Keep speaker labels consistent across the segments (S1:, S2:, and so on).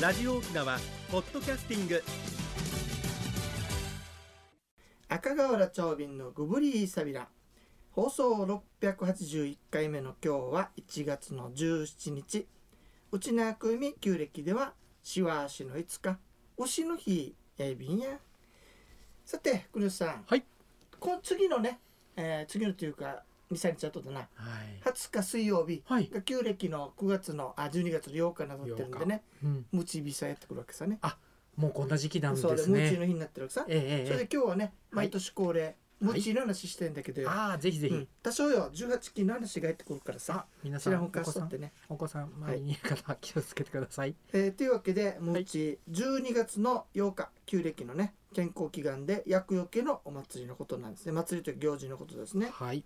S1: ラジオ沖縄ポッドキャスティング
S2: 赤瓦長瓶のグブリーサビラ放送681回目の今日は1月の17日内縄組旧暦ではしわあしの5日牛の日やいびんやさてクルスさん
S1: はい
S2: この次のね、えー次のというか23日後だな
S1: はい
S2: 20日水曜日
S1: はい
S2: が旧暦の9月のあ12月の8日などってるんでね
S1: うん、
S2: ムチビサやってくるわけさね
S1: もうこんな時期なんで
S2: そうですムチ
S1: ね
S2: の日になってるわけさそれ
S1: えええ
S2: で今日はね毎年恒例、も
S1: はい
S2: ちの話してんだけど
S1: え
S2: よ、
S1: ああぜひぜひ、
S2: うん多少よ18金の話が入ってくるからさ
S1: さあ皆
S2: ち
S1: さ
S2: ら
S1: ん
S2: ほ
S1: お
S2: か
S1: 子
S2: しと
S1: さ
S2: っ
S1: ん
S2: てね
S1: お子さん周りにいる方は気をつけてください
S2: えーというわけでもち12月の8日旧暦のね健康祈願で厄除けのお祭りのことなんですね祭りという行事のことですね、
S1: はい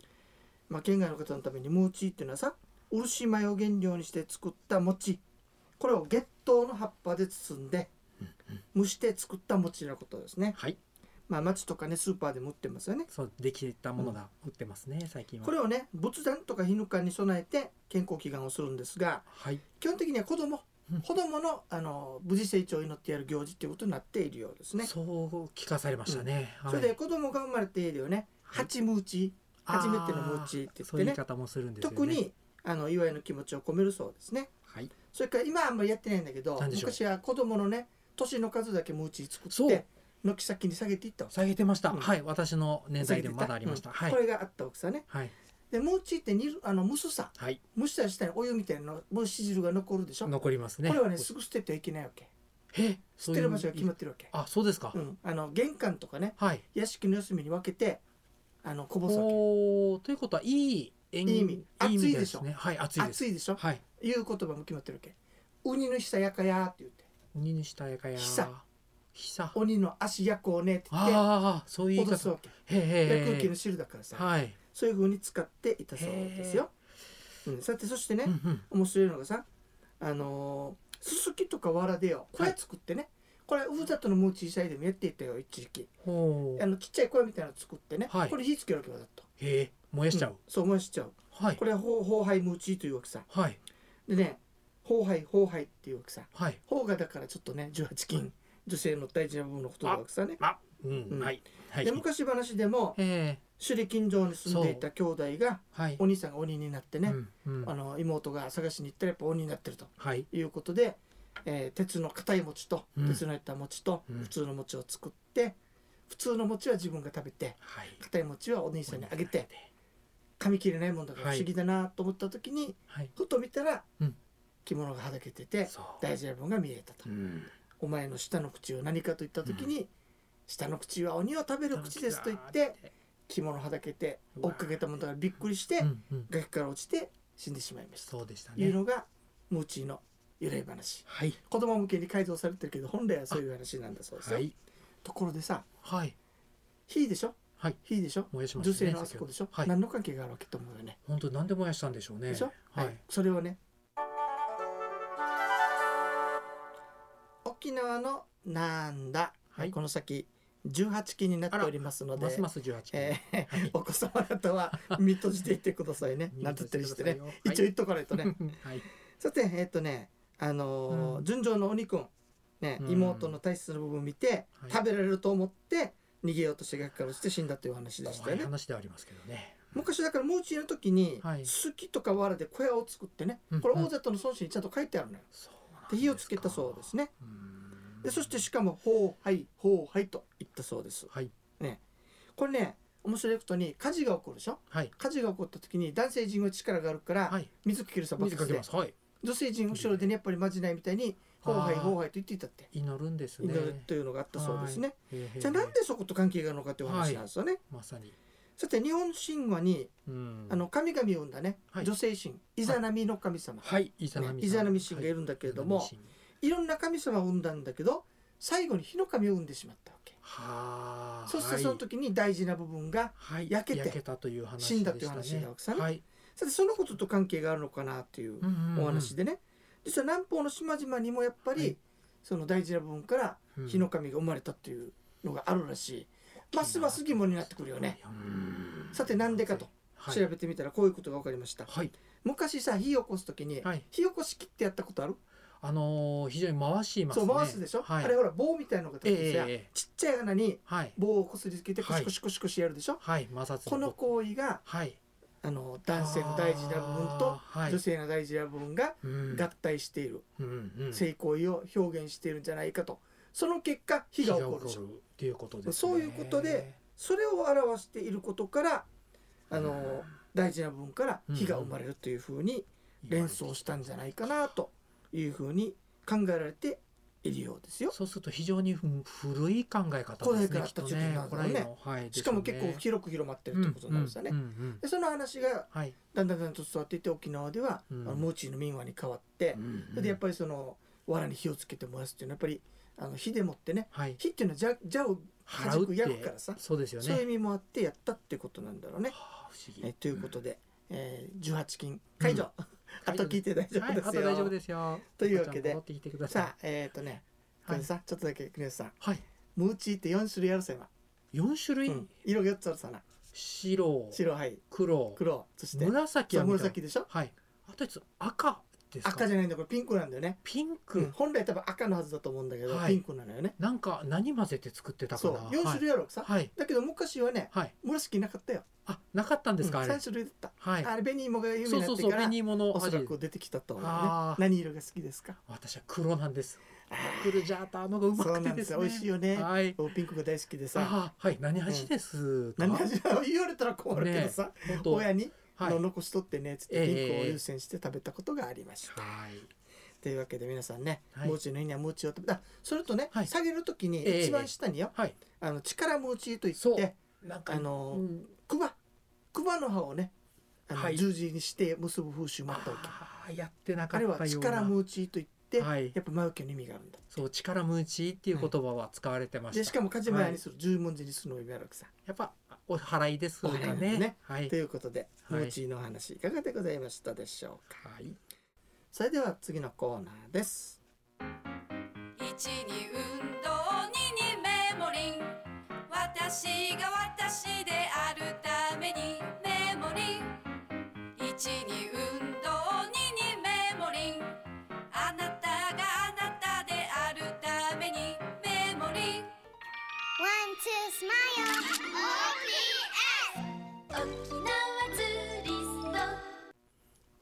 S2: まあ、県外の方のためにムーチっていうのはさ漆米を原料にして作った餅これを月桃の葉っぱで包んで蒸して作った餅のことですね
S1: はい
S2: まあ町とかねスーパーでも売ってますよね
S1: そうできたものが売ってますね最近は
S2: これをね仏壇とかヒヌカに備えて健康祈願をするんですが
S1: はい
S2: 基本的には子供
S1: うん
S2: 子供のあの無事成長を祈ってやる行事ということになっているようですね。そ
S1: そう聞かされましたね、はい
S2: れで子供が生まれているよね「
S1: はい
S2: 八ムーチ」初めてのムーチって言ってね
S1: あーそういう言い方もするんですよね
S2: 特にあの祝いの気持ちを込めるそうですね。
S1: はい
S2: それから今はあんまりやってないんだけど
S1: なんでしょう
S2: 昔は子供のね年の数だけムーチ作
S1: そ
S2: っ
S1: う
S2: て軒先に下げていったわけ
S1: 下げてました、
S2: うん
S1: はい私の年代でもまだありました
S2: うん
S1: はい
S2: これがあったわけさね。
S1: はい
S2: でムーチって煮るあの蒸すさ
S1: はい
S2: 蒸した下にお湯みたいなの蒸し汁が残るでしょ。
S1: 残りますね
S2: これはねすぐ捨ててはいけないわけ。
S1: え
S2: 捨てる場所が決ま
S1: っ
S2: ってるわけ。
S1: あそうですか、
S2: うん、あの玄関とかね
S1: はい
S2: 屋敷の四隅に分けてあのこぼすわけ
S1: おーということはいい縁
S2: いい意味
S1: いい意味
S2: 暑いでしょ
S1: ねはい暑いです
S2: 暑いでしょ
S1: はい
S2: いう言葉も決まってるわけ鬼の久やかやーって言って
S1: 鬼にしたやかや
S2: ひさ
S1: ひさ
S2: 鬼の足やこうねって言って
S1: ああそういう言い
S2: 脅す
S1: 方
S2: わけ
S1: へえ
S2: で空
S1: へ
S2: 気の
S1: え
S2: 汁だからさ、
S1: はい
S2: そういう風に使っていたそうですよ、うん、さてそしてね、
S1: うんうん
S2: 面白いのがさあのーすすきとかわらでよこれ作ってね、これふるさとのもう小さいでもやっていたよ一時期
S1: ほう
S2: あのちっちゃい小屋みたいなの作ってね、
S1: はい
S2: これ火つけるわけわざと
S1: へえ燃やしちゃう、
S2: んそう燃やしちゃう
S1: はい
S2: これは法廃ムーチーというわけさ
S1: はい
S2: でね法廃法廃っていうわけさ
S1: はい
S2: 法がだからちょっとね18金女性の大事な部分のことだわけさね、
S1: あうん、
S2: うん
S1: はいはい
S2: で昔話でも
S1: へえ
S2: 首里近所に住んでいた兄弟が
S1: はい
S2: お兄さんが鬼になってね、
S1: うんうん
S2: あの妹が探しに行ったらやっぱ鬼になってると
S1: はい
S2: いうことで、えー鉄の硬い餅と
S1: うん
S2: 鉄のやった餅と
S1: うん
S2: 普通の餅を作って、普通の餅は自分が食べて
S1: はい
S2: 硬い餅はお兄さんにあげて噛み切れないもんだから
S1: はい
S2: 不思議だなと思った時に、
S1: はい
S2: ふと見たら、
S1: うん
S2: 着物がはだけてて
S1: そう
S2: 大事な部分が見えたと。
S1: うん
S2: お前の舌の口を何かと言った時に、舌の口は鬼を食べる口ですと言って着物をはだけて
S1: うわ
S2: 追っかけたものだからびっくりして、
S1: うんうん、
S2: 崖から落ちて死んでしまいました
S1: そうでした
S2: という
S1: ね
S2: のがムーチーの由来話
S1: はい
S2: 子供向けに改造されてるけど本来はそういう話なんだそうですよ、
S1: はい
S2: ところでさ
S1: はい
S2: 火でしょ
S1: はい
S2: 火でしょ
S1: 燃やしま
S2: 女
S1: したね
S2: 性のあそこでしょ、
S1: はい
S2: 何の関係があるわけと思うよね
S1: 本当に何で燃やしたんでしょうね
S2: でしょ、
S1: はい、
S2: それをね沖縄のなんだ、
S1: はい
S2: この先18期になっておりますので
S1: ますます18期、
S2: えー
S1: はい
S2: お子様 方は見閉じていってくださいねなんて言ったりしてね、一応言っとかないとね、
S1: はい はい
S2: さてえっ、とねあのー
S1: うん
S2: 純情のお肉んね、
S1: うん
S2: 妹の体質の部分見て、
S1: はい
S2: 食べられると思って逃げようとして崖から落ちて死んだというお話でした
S1: 怖
S2: よ
S1: い
S2: ね
S1: 話ではありますけどね
S2: 昔だからもうちの時に、
S1: はい
S2: すきとかわらで小屋を作ってね
S1: うん
S2: これ大里の孫子にちゃんと書いてあるのよ。
S1: そうなん
S2: で火をつけたそうですね。
S1: うーん
S2: でそしてしかも「ほうはいほうはい」と言ったそうです。
S1: はい
S2: これね面白いことに火事が起こるでしょ
S1: はい
S2: 火事が起こった時に男性陣は力があるから、
S1: はい
S2: 水かけるさばっ
S1: 水
S2: か
S1: か
S2: り
S1: け
S2: で
S1: ますはい
S2: 女性陣後ろでねやっぱりまじないみたいに「ほうはい
S1: あー
S2: ほうはい」と言っていたって
S1: 祈るんですね
S2: 祈るというのがあったそうですね。
S1: へーへー
S2: じゃあなんでそこと関係があるのかというお話なんですよね。
S1: まさに
S2: さて日本神話に
S1: うん
S2: あの神々を生んだね、
S1: はい
S2: 女性神イザナミの神様、
S1: はいイザナミ
S2: ねイザナミ神がい
S1: る
S2: るんだけれども、い、ろんな神様を生んだんだけど最後に火の神を生んでしまったわけ。
S1: はあ
S2: そしてその時に大事な部分が、
S1: はいはい
S2: 焼けて
S1: 焼けたという話でした
S2: 死
S1: ね
S2: んだという話なわけさね
S1: はい
S2: さてそのことと関係があるのかなというお話
S1: で
S2: でね、実は南方の島々にもやっぱり、
S1: はい
S2: その大事な部分から火の神が生まれたというのがあるらしい、ますます疑問になってくるよねさてなんでかと調べてみたらこういうことが分かりました、
S1: はい
S2: 昔さ火を起こす時に、
S1: はい
S2: 火起こし器ってやったことある
S1: あのー非常に回します
S2: そ
S1: ね
S2: う回すでしょ、
S1: はい
S2: あれほら棒みたいなのが
S1: ええ
S2: 立っててさ
S1: ええ
S2: ちっちゃい穴に
S1: はい
S2: 棒をこすりつけてコ
S1: はい
S2: シコシコシコシやるでしょ、
S1: はい摩擦
S2: この行為が
S1: はい
S2: あの男性の大事な部分と
S1: あーはい
S2: 女性の大事な部分が
S1: うん
S2: 合体している、
S1: うんうん
S2: 性行為を表現しているんじゃないかとその結果火が起こるでしょ
S1: っていうことです、ね、
S2: そういうことでそれを表していることからあの、
S1: うん
S2: 大事な部分から火が生まれるというふうに連想したんじゃないかなというふうに考えられているようですよ。
S1: そうすると非常にふ古い考え方です
S2: 古代
S1: ね
S2: からあ
S1: き
S2: っ
S1: ったと
S2: ちょっと
S1: ね
S2: なんだろうね
S1: 古来のはい
S2: しかも結構
S1: い
S2: 広く広まってるってことなんですよね。
S1: うんうんうん
S2: でその話が
S1: はい、
S2: だんだんだんだんと伝わっていって沖縄では、
S1: うん
S2: あのモーチーの民話に変わって、それでやっぱりその藁に火をつけて燃やすっていうのはやっぱりあの火でもってね
S1: はい
S2: 火っていうのはじゃじゃを
S1: 払うって
S2: 弾く焼くからさ
S1: そうですよね
S2: そういう意味もあってやったってことなんだろうね。
S1: はあ不思議
S2: えということで、えー、18金解除、 あと聞いて大丈
S1: は
S2: 夫
S1: いあ
S2: です
S1: と
S2: よ。
S1: 大丈夫ですよ
S2: というわけ
S1: 赤ちゃ
S2: で
S1: ん戻ってきてください
S2: さあえっ、とねこれさ、ちょっとだけ国吉さん
S1: はい
S2: ムーチーって4種類あるさ今、
S1: 四種類、
S2: うん、色が4つあるさな
S1: 白
S2: 白はい
S1: 黒
S2: 黒そして
S1: 紫
S2: そ
S1: は
S2: う紫でしょ
S1: はいあと一つ赤ですか
S2: 赤じゃないんだこれピンクなんだよね、
S1: ピンク、
S2: うん、本来多分赤のはずだと思うんだけど、
S1: はい
S2: ピンクなのよね
S1: なんか何混ぜて作ってたか
S2: そう
S1: な
S2: 4種類あるわけさ、
S1: はい、はい
S2: だけど昔はね
S1: はい
S2: 紫なかったよ、
S1: あなかったんですか、
S2: うん
S1: あれ
S2: 3種類だった、
S1: はい
S2: あれ紅芋が有名
S1: そ
S2: に
S1: う
S2: な
S1: そ
S2: っ
S1: う
S2: て
S1: そう
S2: から
S1: 紅芋
S2: お
S1: の
S2: そ
S1: 味
S2: らく出てきたと思うね
S1: あー
S2: 何色が好きですか
S1: 私は黒なんです
S2: あ
S1: クルジャーターのがうま
S2: そう
S1: く
S2: な
S1: て
S2: ん
S1: で
S2: です
S1: す
S2: よ
S1: ね
S2: 美味しいよね
S1: はい
S2: ーピンクが大好きでさ
S1: あーはい何味ですか、
S2: 何味だろう言われたら困るけどさ、
S1: 本当
S2: 親に
S1: はい
S2: の残しとってねっつってピンクを優先して食べたことがありました、
S1: はい
S2: というわけで皆さんね、
S1: はい
S2: もうちの意味はもうちを食べたそれとね、
S1: はい
S2: 下げる時に
S1: ええ
S2: 一番下によ、
S1: はい
S2: あの力もちといっ
S1: そう
S2: て
S1: なんか
S2: あの、
S1: うん
S2: クマクマの葉をねあの、
S1: はい
S2: 十字にして結ぶ風習もあったわけ
S1: あーやってなかった
S2: あれ
S1: ような
S2: は力もちといって、
S1: はい
S2: やっぱ魔除けの意味があるんだ
S1: そう力ムーチっていう言葉は使われてました、
S2: でしかも家事前にする、十文字にするのも意味あるわけさ
S1: やっぱお払いですか
S2: お祓いで
S1: ね
S2: すね
S1: はい
S2: ということで、
S1: はい
S2: もちのお話いかがでございましたでしょうか
S1: はい
S2: それでは次のコーナーです
S3: 一に運動二にメモリン私が私であるためにメモリン一に運動二にメモリンあなたがあなたであるためにメモリン
S4: One, two, smile. OPS. 沖縄ツーリスト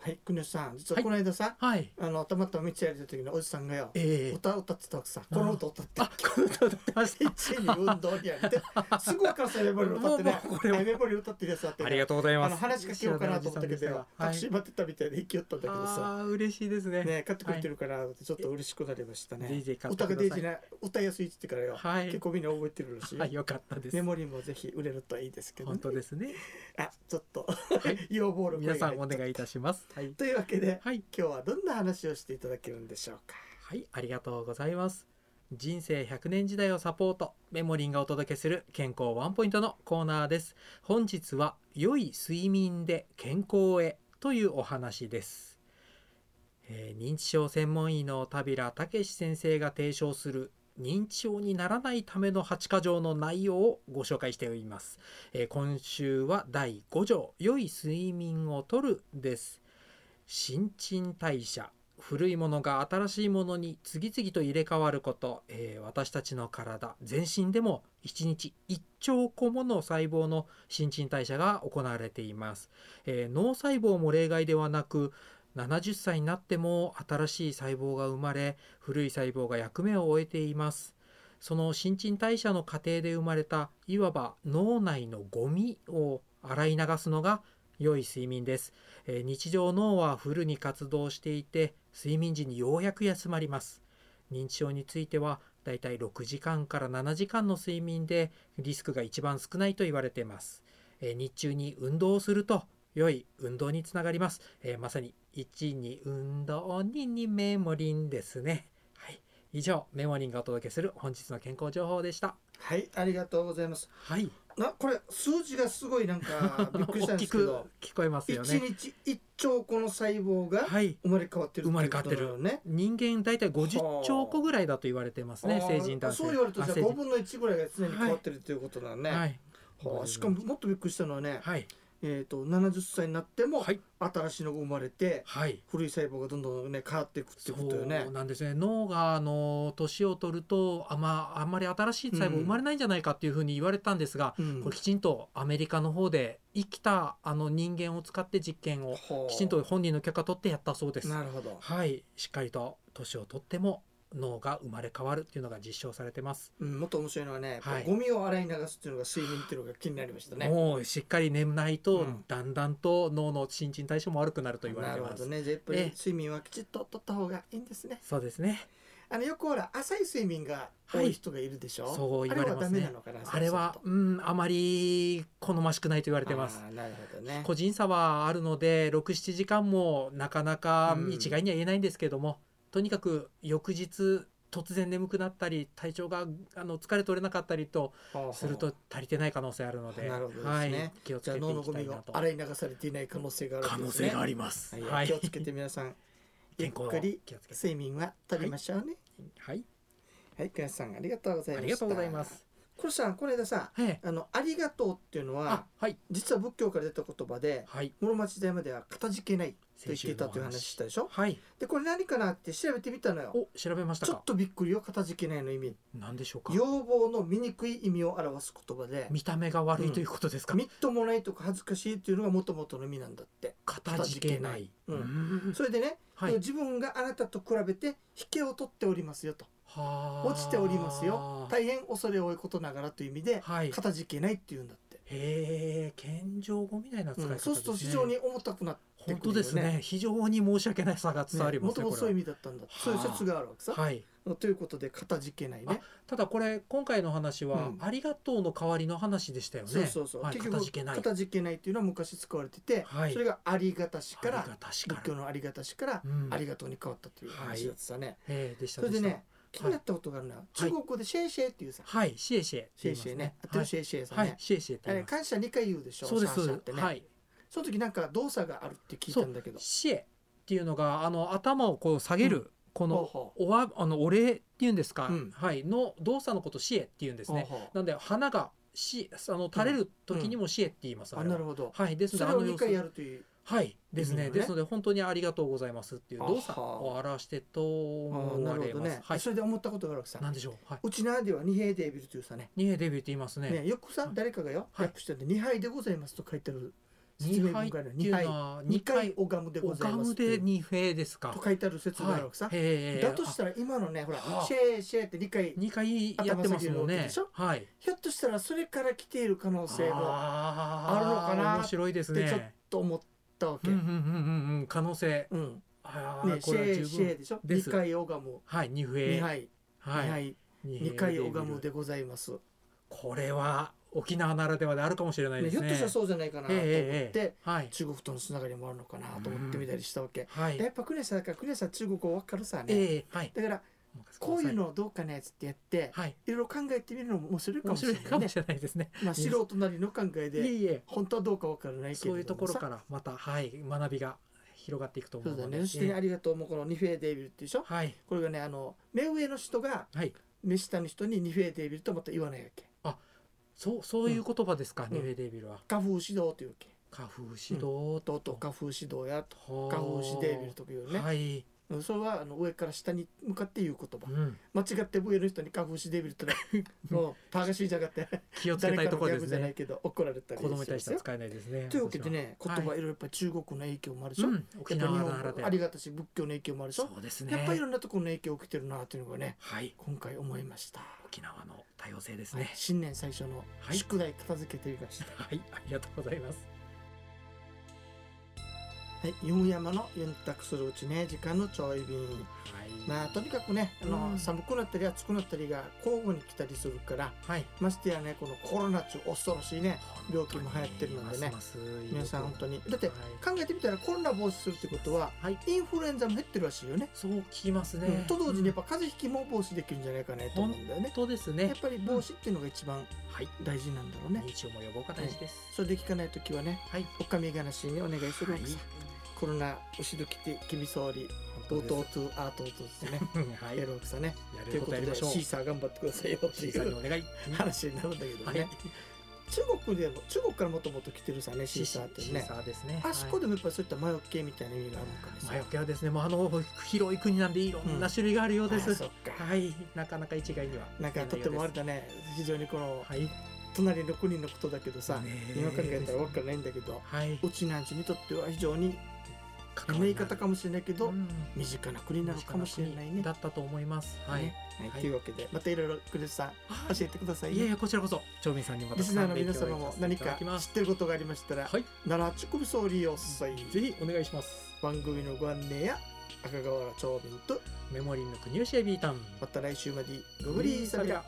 S2: はい国吉さん実は
S1: はい
S2: この間さ、
S1: はい
S2: あのたまたま道歩いた時のおじさんがよ、
S1: ええ
S2: 歌歌ってたわけさこの歌歌って
S1: あこの歌歌ってまし
S2: 一に運動にやってすぐ分かるさメモリー歌ってね
S1: もうもうこれは
S2: メモリー歌ってるやつあ って
S1: た
S2: ね
S1: とうござい
S2: あの話しかけようかなと思ったけどよタ
S1: は
S2: ク
S1: い
S2: シー待ってたみたいで行きよったんだけどさ、
S1: あー嬉しいですね
S2: ね買ってくれてるからちょっと嬉しくなりましたね、
S1: ぜひぜひ買って
S2: 歌
S1: く
S2: が
S1: ださ
S2: デ
S1: い
S2: イジな歌いやすいって言ってからよ、
S1: はい
S2: 結構みんな覚えてるらしいよ、
S1: はいよかったです
S2: メモリーもぜひ売れるといいですけど、
S1: 本
S2: ね、
S1: 当です ね
S2: あちょっと、
S1: い
S2: 要望の声
S1: 皆
S2: が
S1: さんお
S2: 入っちゃった
S1: 願いいたしますはい
S2: というわけで
S1: はい、
S2: 今日はどんな話をしていただけるんでしょうか
S1: はい、ありがとうございます人生100年時代をサポートメモリンがお届けする健康ワンポイントのコーナーです本日は良い睡眠で健康へというお話ですえー認知症専門医の田平武先生が提唱する認知症にならないための8か条の内容をご紹介しております、えー今週は第5条良い睡眠をとるです新陳代謝古いものが新しいものに次々と入れ替わること、えー私たちの体全身でも1日1兆個もの細胞の新陳代謝が行われています、えー脳細胞も例外ではなく70歳になっても新しい細胞が生まれ古い細胞が役目を終えていますその新陳代謝の過程で生まれたいわば脳内のゴミを洗い流すのが良い睡眠です、えー日常脳はフルに活動していて睡眠時にようやく休まります認知症についてはだいたい6時間から7時間の睡眠でリスクが一番少ないと言われています、えー日中に運動をすると良い運動につながります、えーまさに1に運動2にメモリンですねはい以上メモリンがお届けする本日の健康情報でした
S2: はいありがとうございます
S1: はい
S2: なこれ数字がすごいな んかびっくりしたん
S1: 大き
S2: ですけ
S1: く
S2: ど
S1: 聞こえますよ
S2: 一、
S1: ね
S2: 日一兆個の細胞が
S1: はい
S2: 生まれ変わってる
S1: 生まれ変わってる
S2: いうことなのね
S1: 人間大体
S2: はあ
S1: 50兆個ぐらいだと言われてますね
S2: あー
S1: 成人男性
S2: そう言われるとじゃあ
S1: あ成
S2: 5
S1: 人
S2: 分の1ぐらいが常に変わってるということだね、
S1: はい
S2: はあしかももっとびっくりしたのはね、
S1: はい
S2: えー、と70歳になっても
S1: はい
S2: 新しいのが生まれて
S1: はい
S2: 古い細胞がどんどんね変わっていくって
S1: そ
S2: ことよね
S1: う。なんですね脳があの年を取るとあ,、まあんまり新しい細胞生まれないんじゃないかっていうふうに言われたんですが、
S2: うん
S1: これきちんとアメリカの方で生きたあの人間を使って実験を
S2: ほう
S1: きちんと本人の許可取ってやったそうです。
S2: なるほど。
S1: はい、しっかりと年を取っても脳が生まれ変わるっていうのが実証されてます。
S2: うん、もっと面白いのはね、
S1: はい
S2: ゴミを洗い流すっていうのが睡眠っていうのが気になりましたね。
S1: もうしっかり眠ないと、
S2: うん
S1: だんだんと脳の新陳代謝も悪くなると言われ
S2: な
S1: て
S2: る
S1: ま
S2: ほ
S1: す。
S2: どね。じゃあやっぱり
S1: ええ
S2: 睡眠はきちっととった方がいいんですね。
S1: そうですね。
S2: あのよくほら浅い睡眠が多い人がいるでしょ。
S1: はいそう言われますね
S2: あれはダメなのかな。
S1: あれは
S2: そうすると
S1: うんあまり好ましくないと言われてます。
S2: あーなるほどね。
S1: 個人差はあるので67時間もなかなか
S2: うん
S1: 一概には言えないんですけれども、とにかく翌日突然眠くなったり体調があの疲れ取れなかったりと
S2: ほうほう
S1: すると足りてない可能性あるので
S2: なるほどですね
S1: はい、気をつ
S2: じゃあ
S1: けて
S2: 脳
S1: い
S2: の
S1: き
S2: ゴ
S1: た
S2: ミ
S1: いな
S2: が
S1: と
S2: 洗い流されていない可能性がある
S1: 可
S2: んで
S1: 能
S2: すね。
S1: 性があります。
S2: はい
S1: はい
S2: 気をつけて皆さんゆ
S1: 健
S2: っ
S1: 康を
S2: くり
S1: 気をつけて
S2: 睡眠は取りましょうね。
S1: はい
S2: はい、くやさんありがとうござい
S1: あ
S2: ました。
S1: りがとうございま。す。
S2: これさんこの間さ
S1: ええ
S2: あのありがとうっていうの
S1: あ
S2: は
S1: はい
S2: 実は仏教から出た言葉で
S1: はい
S2: 室町時代まではかたじけないと言っていたとい
S1: 先週のお
S2: う
S1: 話
S2: 話したでしょ
S1: はい
S2: でこれ何かなって調べてみたのよ
S1: お調べました
S2: ちょっ
S1: か
S2: とびっくりよかたじけないの意味
S1: 何でしょうか
S2: 要望の醜い意味を表す言葉で
S1: 見た目が悪いということですか、
S2: みっともないとか恥ずかしいっていうのがもともとの意味なんだって
S1: かたじけない、
S2: うん
S1: ん
S2: それでね、
S1: はい
S2: 自分があなたと比べて引けを取っておりますよと
S1: はあ
S2: 落ちておりますよ大変恐れ多いことながらという意味で
S1: はい
S2: かたじけないっていうんだって、
S1: へえ、謙譲語みたいな使い方で
S2: うん
S1: すね。
S2: そうすると非常に重たくなって
S1: 本
S2: くる
S1: 当
S2: よ
S1: ですね。非常に申し訳ないさが伝わりま
S2: も
S1: す
S2: と
S1: ね。
S2: もとそういう意
S1: こ
S2: 味だったんだ、
S1: はあ
S2: そういう説があるわけさ
S1: れ、ははい。
S2: ということでかたじけないね
S1: ただこれ今回の話は、
S2: うん
S1: ありがとうの代わりの話でしたよね。
S2: そうそうそう、
S1: はい、
S2: 結
S1: 結
S2: 局
S1: 局けない。
S2: かたじけないっていうのは昔使われてて、
S1: はい
S2: それがありがたしか
S1: ありが
S2: ら
S1: たし
S2: 仏
S1: か
S2: 教
S1: ら。
S2: のありがたしから、
S1: うん
S2: ありがとうに変わったという話だったね、
S1: えー、でした
S2: それで
S1: した
S2: ね気になったことがあるのは、中国語でシェイシェイっていうさ、
S1: はい、シェイシェイって
S2: シ
S1: 言います
S2: ェイシェイね
S1: ね。
S2: あって
S1: は
S2: る
S1: い、
S2: シェイシェイさん
S1: はい
S2: ね、
S1: シェイシェイって
S2: あ
S1: 言い
S2: れ
S1: ます。
S2: 感謝2回言うでしょ
S1: そうです
S2: 三
S1: そ
S2: 者
S1: う
S2: っ
S1: で
S2: て
S1: す。
S2: ね、
S1: はい。
S2: その時なんか動作があるって聞いたんだけど
S1: シェっていうのがあの頭をこう下げ
S2: う
S1: る、こ
S2: ほう
S1: の
S2: ほう
S1: おわあのお礼っていうんですか、
S2: うん
S1: はいの動作のことシェっていうんですね。
S2: ほうほう
S1: なんで花がしあの垂れる時にもシエって言います。
S2: あ
S1: れは
S2: なるほど
S1: はいです
S2: そ
S1: ので
S2: れ
S1: あの
S2: を2回や
S1: 様子
S2: るという
S1: はいです
S2: 意味
S1: ね
S2: もね
S1: ですので本当にありがとうございますっていう動作
S2: あは
S1: を表してと
S2: あー
S1: 思
S2: な
S1: わ
S2: るほ
S1: れ
S2: ど
S1: ます
S2: ね。、
S1: はい。
S2: それで思ったことがあるわけさ
S1: なんでしょう。はいう
S2: ちなーでは二平デービルというさね。
S1: 二エデビューって言いますね。
S2: ねよくさ
S1: うん
S2: 誰かがよ
S1: はい
S2: 訳してて二杯でございますと書いてある説
S1: 二
S2: 明
S1: 杯っ
S2: 文
S1: て
S2: がある
S1: い
S2: 二
S1: う
S2: 杯
S1: のは
S2: 二
S1: 二
S2: 回
S1: 回
S2: オガムでご
S1: お
S2: ざい
S1: ガ
S2: ます
S1: ム
S2: とい
S1: で
S2: う
S1: 二フェですか
S2: と。書いてある説があるわけさ
S1: は。い。へー
S2: だとしたら今のねほら
S1: はあ
S2: シェーシェーって二回
S1: 二回やってますもん
S2: 頭下げるわけ
S1: ね
S2: でしょ。
S1: はい。
S2: ひょっとしたらそれから来ている可能性も
S1: あー
S2: あるのかな
S1: 面白いです
S2: ってちょっ
S1: ね。
S2: と思ったわ
S1: う
S2: け。
S1: んうん
S2: う
S1: うんんうんうん可能性。あー
S2: ねシ
S1: これは
S2: ェ
S1: 十
S2: ーシェー
S1: 分。
S2: でしょ。
S1: で
S2: 二
S1: す
S2: 回オガム
S1: はい二フ
S2: 二
S1: ェ。
S2: 杯二
S1: はい。
S2: 杯
S1: 二
S2: 二回オガムでございます。
S1: これは沖縄ならではであるかもしれないで
S2: ねひょ
S1: す
S2: っ
S1: ね。
S2: としたらそうじゃないかなと思っ
S1: ええええ
S2: て
S1: はい。
S2: 中国とのつながりもあるのかなと思ってみたりしたわけ。
S1: はい。
S2: やっぱクレさんだからクレさん中国語わかるさね、
S1: ええはい。
S2: だからこういうのをどうかねっつってやって、
S1: はい。
S2: い、ろいろ考えてみるのも面白いか
S1: 面
S2: もし
S1: 白
S2: れ
S1: い
S2: な
S1: かも
S2: いね
S1: しれないですね。
S2: まあ素人なりの考え
S1: いえ
S2: で
S1: いえ。
S2: 本当はどうかわからないけれどもさ
S1: そういうところからまたはい学びが広がっていくと思
S2: そう
S1: う
S2: だ
S1: の
S2: ね
S1: で。
S2: そしてね、
S1: ええ
S2: ありがとうもこのニフェーデイビルっていうでしょ
S1: はい
S2: これがねあの目上の人が
S1: はい。
S2: 目下の人にニフェーデイビルとまた言わないわけ
S1: そうそういう言葉ですか。
S2: うん
S1: ニューエデイビルは。
S2: 花風指導というわけ
S1: 花粉指導
S2: とうとう花風指導やと
S1: と
S2: 花風指デイビルとか言うね、
S1: はい。
S2: うんそれはあの上から下に向かって言う言葉
S1: うん。
S2: 間違って上の人に花風指デイビルってのは もうパーガシーじゃなかって
S1: 気をつけたいところで
S2: 誰かのギャグ
S1: す
S2: じゃない
S1: ね。
S2: けど怒られたり
S1: 子供に対しては
S2: しま
S1: 使えないですね。
S2: すよというわけでね
S1: 私
S2: 言
S1: は
S2: 葉いろ
S1: はい
S2: いろやっぱり中国の影響もあるでし
S1: う
S2: ょ、
S1: ん。沖
S2: やっぱ
S1: 縄
S2: 日
S1: なら
S2: 本
S1: で
S2: 語
S1: は
S2: あり。がたし仏教の影響もあるでしょ、
S1: そうですね。
S2: やっぱりいろんなところの影響を受けてるなというのがね
S1: はい。
S2: 今回思いました、
S1: 沖縄の多様性です
S2: はい
S1: ね。
S2: 新年最初の
S1: はい
S2: 宿題片付けてみました、
S1: はい。ありがとうございます。
S2: はい、四山の四択するうちね時間のちょい便
S1: はい。
S2: まあとにかくねあの、
S1: うん
S2: 寒くなったり暑くなったりが交互に来たりするから
S1: はい。
S2: ましてやねこのコロナ中恐ろしいね病気も流行ってるのでね
S1: ますます
S2: 皆さん本当にだって
S1: はい
S2: 考えてみたらコロナ防止するってことは
S1: はい
S2: インフルエンザも減ってるらしいよね。
S1: そう聞きますね、
S2: うんと同時にやっ
S1: ぱ
S2: ぱ風邪ひきも防止できるんじゃないかねと思うんだよね。
S1: そうです
S2: や
S1: ね
S2: っぱり防止っていうのが一番
S1: はい
S2: 大事なんだろうね。
S1: 認知症も予防が大事です、
S2: それで聞かないときはね、
S1: はい
S2: おかみがなしにお願いするわ
S1: はい
S2: けさ。コロナ、後ろ来て、きびそうり、
S1: 本
S2: お
S1: 当
S2: と
S1: で
S2: うとう、あーとうとうですね。
S1: す はい
S2: や
S1: や
S2: るわけさね。とい
S1: る
S2: う
S1: こと
S2: ことで
S1: やり、ましょう
S2: シーサー頑張ってくださいよって
S1: シ
S2: い
S1: ーさんに
S2: う
S1: お願い
S2: 話になるんだけど
S1: はい
S2: ね。中国でも中国からもともと来てるさねシーサーって
S1: シー
S2: ね
S1: サーですね
S2: あそこでもやっぱそういった魔除けみたいな意味があるのか
S1: は
S2: ね
S1: い魔除けはですねもうあの広い国なんでいろんな種類があるようです、
S2: あそっか
S1: はいなかなか一概には
S2: なんかとってもあれだね非常にこの
S1: はい
S2: 隣の国のことだけどさ、
S1: ねえ
S2: 今考えたら分からないんだけど
S1: はい、
S2: うちなんちにとっては非常にアメリカとかもしれないけど、
S1: うん
S2: 身近な国なのかもしれないね。
S1: だったと思います。はい。
S2: ねはい
S1: はい
S2: というわけでまたいろいろクルスさん
S1: あ
S2: 教えてください
S1: いやい
S2: ね。
S1: やこちらこそ長明さんにも
S2: リ
S1: た
S2: ス
S1: く
S2: ナ
S1: さ
S2: ー
S1: ん
S2: の
S1: 勉強
S2: 皆
S1: させ
S2: 様も何
S1: ていただ
S2: か
S1: きま
S2: 知
S1: す
S2: ってることがありましたら、
S1: はい、
S2: 奈良チュクブソーリーをさい
S1: ぜひお願いします。
S2: 番組のご案内や赤川原長瓶と
S1: メモリーの国吉エビータウン。
S2: また来週までごぶりーさびら。